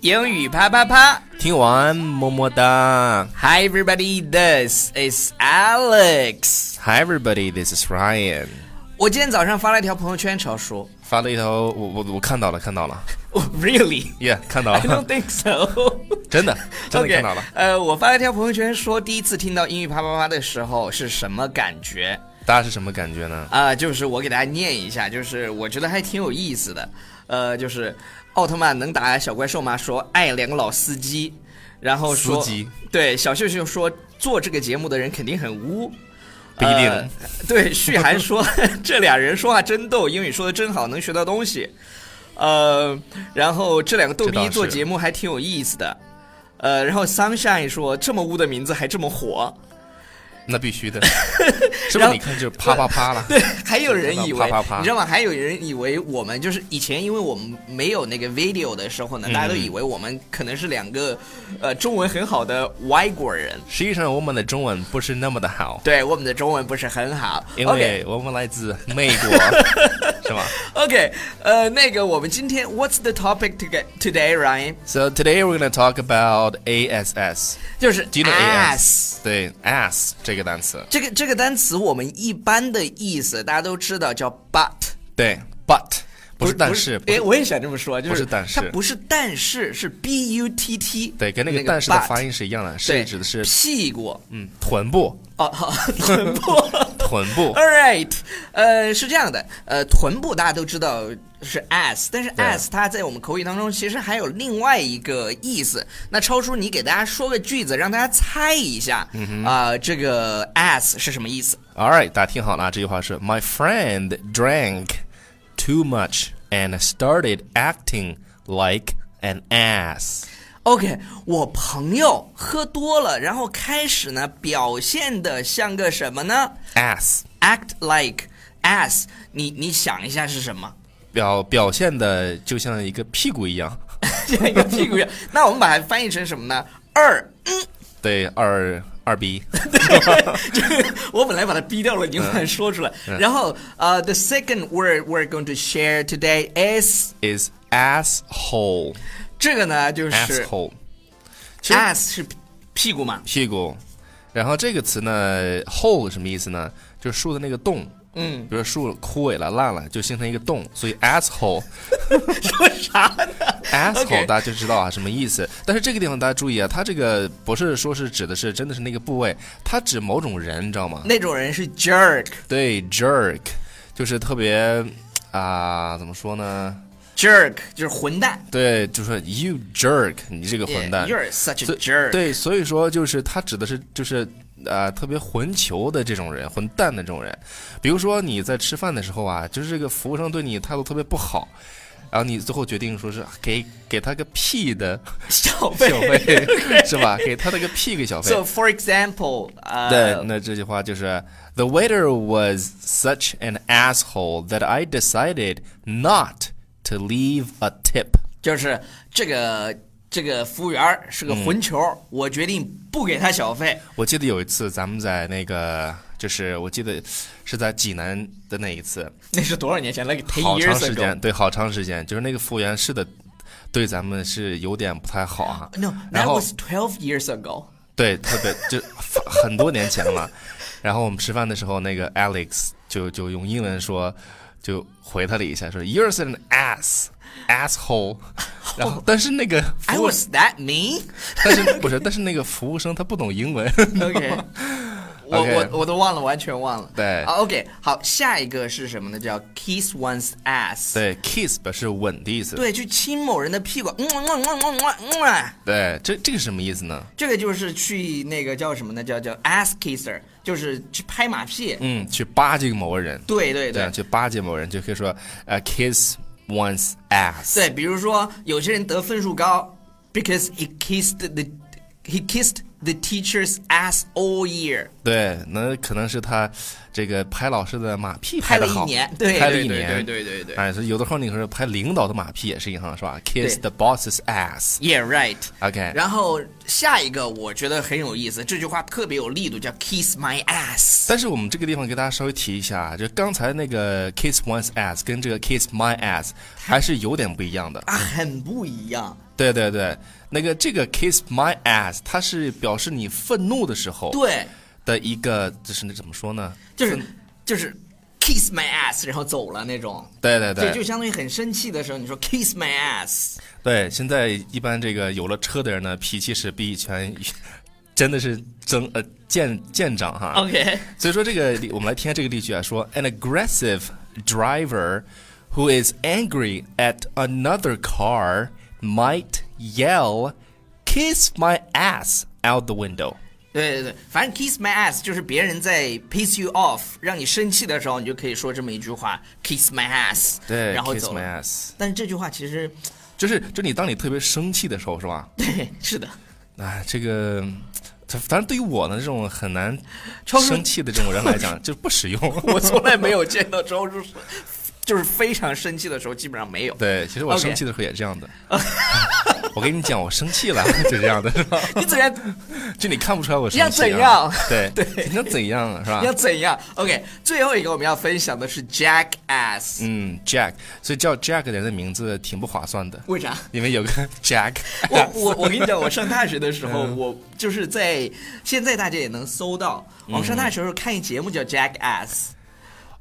英语啪啪啪听完么么哒。 ！Hi everybody, this is Alex。 Hi everybody, this is Ryan。我今天早上发了一条朋友圈，超叔。发了一条，我我我看到了，看到了 Oh, really? ，Yeah，看到 I don't 了， think so. 真的 Oh. 真的 OK，看到了。呃，我发了一条朋友圈说，第一次听到英语啪啪啪的时候是什么感觉？大家是什么感觉呢？啊、就是我给大家念一下，就是我觉得还挺有意思的。呃，就是奥特曼能打小怪兽吗？说爱两个老司机，然后说司机对小秀秀说做这个节目的人肯定很污。不一定呃对，旭涵说 这俩人说话真逗，英语说的真好，能学到东西。呃，然后这两个逗这倒逼是做节目还挺有意思的。呃，然后 Sunshine 说这么污的名字还这么火， 那必须的，是不然是？后你看就啪啪啪了。对，还有人以为，啪啪啪你知道吗？还有人以为我们就是以前，因为我们没有那个 video 的时候嗯呢，大家都以为我们可能是两个，呃，中文很好的外国人。实际上，我们的中文不是那么的好，对，我们的中文不是很好。因 OK 为我们来自美国，是吧 OK，呃，那个我们今天 What's the topic today today Ryan？ ？So today we're gonna talk about ass。就是记得 ass。对，ass 这个单词，这个这个单词我们一般的意思大家都知道叫 but，对，but 不是但是，不哎，是我也想这么说，就是不是但是它不是但是是 b u t t，对，跟那个个但是的 but 发音是一样的，对是指的是屁股嗯臀部，哦，好， 臀部。 臀部 All right，呃，是这样的，呃，臀部大家都知道是 ass，但是对 ass 它在我们口语当中其实还有另外一个意思。那超叔，你给大家说个句子，让大家猜一下，嗯啊、这个 ass 是什么意思？ All right，大家听好了啊，这句话是 My friend drank too much and started acting like an ass。 OK，我朋友喝多了，然后开始呢表现的像个什么呢 ass ？Act like ass，你你想一下是什么？ 表表现的就像一个屁股一样，像一个屁股一样。那我们把它翻译成什么呢？二对，二二逼。 我本来把它逼掉了，你把它说出来。嗯然后呃、t h e second word we're going to share today is is asshole 这个呢，就是 asshole 其实 ass 是屁股嘛。屁股，然后这个词呢，hole 什么意思呢？就是树的那个洞。嗯，比如说树枯萎了、烂了，就形成一个洞，所以 asshole 说啥呢？ asshole OK 大家就知道啊什么意思。但是这个地方大家注意啊，它这个不是说是指的是真的是那个部位，它指某种人，你知道吗？那种人是 jerk，jerk 对，jerk 就是特别啊、怎么说呢？就是混蛋。对，就是 you jerk，你这个混蛋 Yeah, You're such 所 a 以 jerk。对，所以说就是他指的是就是呃特别混球的这种人，混蛋的这种人。比如说你在吃饭的时候啊，就是这个服务生对你态度特别不好，然后你最后决定说是给给他个屁的 小小费。费，是吧？给他那个屁个小费。 So for example，对呃，，那这句话就是 The waiter was such an asshole that I decided not to leave a tip。就是这个这个服务员儿是个混球，我决定不给他小费。我记得有一次咱们在那个，就是我记得是在济南的那一次，那是多少年前？Like ten 好长 years 时 ago 间，。对，好长时间，就是那个服务员是的，对咱们是有点不太好啊。 No, 然 that 后 was twelve years ago. 对，特别就很多年 前了。然后我们吃饭的时候，那个 Alex 就就用英文说，就回他了一下，说 You're an ass asshole。然后，但是那个 I 服务， was that mean. 但是 不是，但是那个服务生他不懂英文。OK，我 OK 我我都忘了，完全忘了。对啊，OK，好，下一个是什么呢？叫 kiss one's ass。对，kiss 表示吻的意思。对去亲某人的屁股，嗯嗯嗯嗯嗯嗯嗯，对，这这个是什么意思呢？这个就是去那个叫什么呢？叫叫 ass kisser，就是去拍马屁。嗯，去巴结某个人，对对这对样。去巴结某人，就可以说呃、kiss one's ass。对，比如说有些人得分数高，because he kissed the he kissed the teacher's ass all year。对，那可能是他这个拍老师的马屁拍的了一好，年，对拍了对一对年对对对对哎，所以有的时候你说拍领导的马屁也是一样，是吧？Kiss the boss's ass。 ，Yeah right。 OK，然后下一个我觉得很有意思，这句话特别有力度，叫 kiss my ass。但是我们这个地方给大家稍微提一下，就刚才那个 kiss one's ass 跟这个 kiss my ass 还是有点不一样的。啊，很不一样。对对对，那个这个 kiss my ass，它是表示你愤怒的时候对，的一个，就是那怎么说呢？就是就是 kiss my ass，然后走了那种。对对对，就对，相当于很生气的时候，你说 kiss my ass。对，现在一般这个有了车的人呢，脾气是比以前 真的是增呃见见长哈。 OK，所以说这个例我们来听下这个例句啊，说 An aggressive driver who is angry at another car might yell, "Kiss my ass out the window." 对对对，反正 kiss my ass 就是别人在 piss you off，让你生气的时候，你就可以说这么一句话 kiss my ass，对，然后 kiss 走 my 了。 ass，但是这句话其实，就是就你当你特别生气的时候，是吧？对，是的，哎，这个。反正对于我呢，这种很难超出生气的这种人 来讲，就不实用。我从来没有见到周叔是，就是非常生气的时候，基本上没有。 对，其实我 OK 生气的时候也 这样的。我跟你讲，我生气了， 就这样的，是吧？你怎样？就你看不出来我生气、啊，要怎样？对对你想怎样啊是吧要？怎样？OK，最后一个我们要分享的是 jackass，、嗯，Jack，所以叫 Jack 的人的名字挺不划算的，为 啥？因为有个 Jack，我我我跟你讲，我上大学的时嗯候，我就是在现在大家也能搜到。嗯我上大学的时候看一节目叫《Jackass》，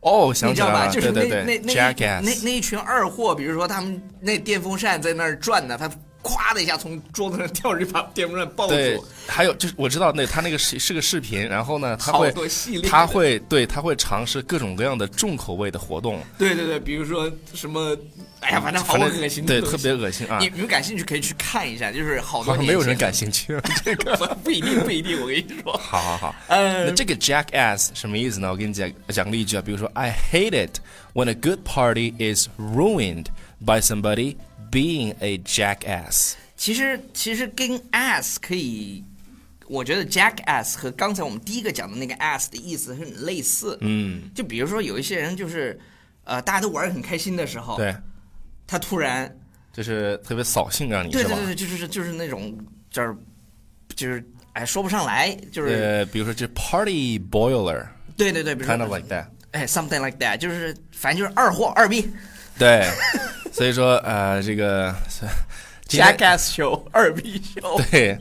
哦，想你知起道来吧？了，就是那对对那对那那，Jackass，那一群二货，比如说他们那电风扇在那儿转呢，他咵的一下从桌子上跳着去把电风扇抱对住。，还有就是我知道那他那个是是个视频，然后呢他好会多系列的他会对他会尝试各种各样的重口味的活动， 对对对，比如说什么，哎呀，反正好反正恶心的对东特西，别恶心啊你，你们感兴趣可以去看一下，就是好好多像没有年前人感兴趣。 这个，不不一定不一定，我跟你说， 好好好，呃那这个 Jackass 什么意思呢？我给你讲讲个例句啊，比如说 I hate it when a good party is ruined by somebody being a jackass。其实其实跟 ass 可以，我觉得 jackass 和刚才我们第一个讲的那个 ass 的意思很类似。嗯，就比如说有一些人就是，呃，大家都玩得很开心的时候，对，他突然，就是特别扫兴，啊让你对是吧对？对，就是就是那种就是就是哎说不上来，就是呃，比如说这 party boiler 对对对，比如 kind 说 of like that。哎 something like that，就是反正就是二货二逼 对，所以说呃，这个今天 jackass show 二逼 show，对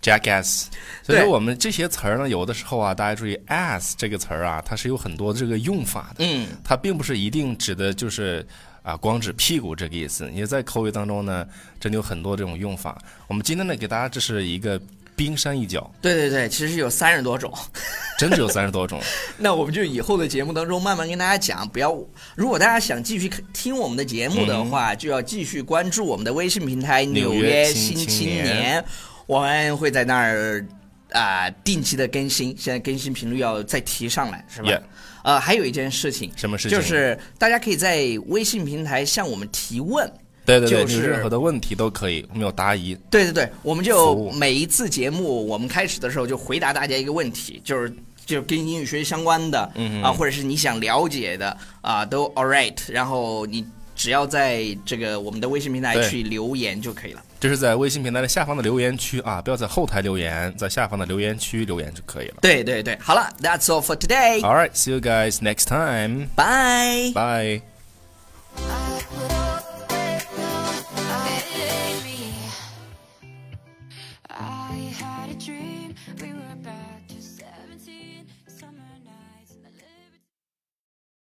jackass。所以对说我们这些词儿呢，有的时候啊，大家注意 ass 这个词儿啊，它是有很多这个用法的。嗯，它并不是一定指的就是啊，光指屁股这个意思。也在口语当中呢，真的有很多这种用法。我们今天呢，给大家这是一个冰山一角，对对对，其实有三十多种。 真的有三十多种。 那我们就以后的节目当中慢慢跟大家讲，不要。如果大家想继续看听我们的节目的话，就要继续关注我们的微信平台《嗯纽纽约约新新青青年年》，我们会在那儿啊、定期的更新，现在更新频率要再提上来，是吧 Yeah 呃，还有一件事情，什么事情就是大家可以在微信平台向我们提问。对对对，就你有是任何的问题都可以，我们有答疑。对对对，我们服务就每一次节目，我们开始的时候就回答大家一个问题，就是就跟英语学习相关的，嗯啊，或者是你想了解的啊，都 all right。然后你只要在这个我们的微信平台对去留言就可以了。这是在微信平台的下方的留言区啊，不要在后台留言，在下方的留言区留言就可以了。对对对，好了，that's all for today， All right, see you guys next time. bye。 Bye. Baby, I had a dream we were back.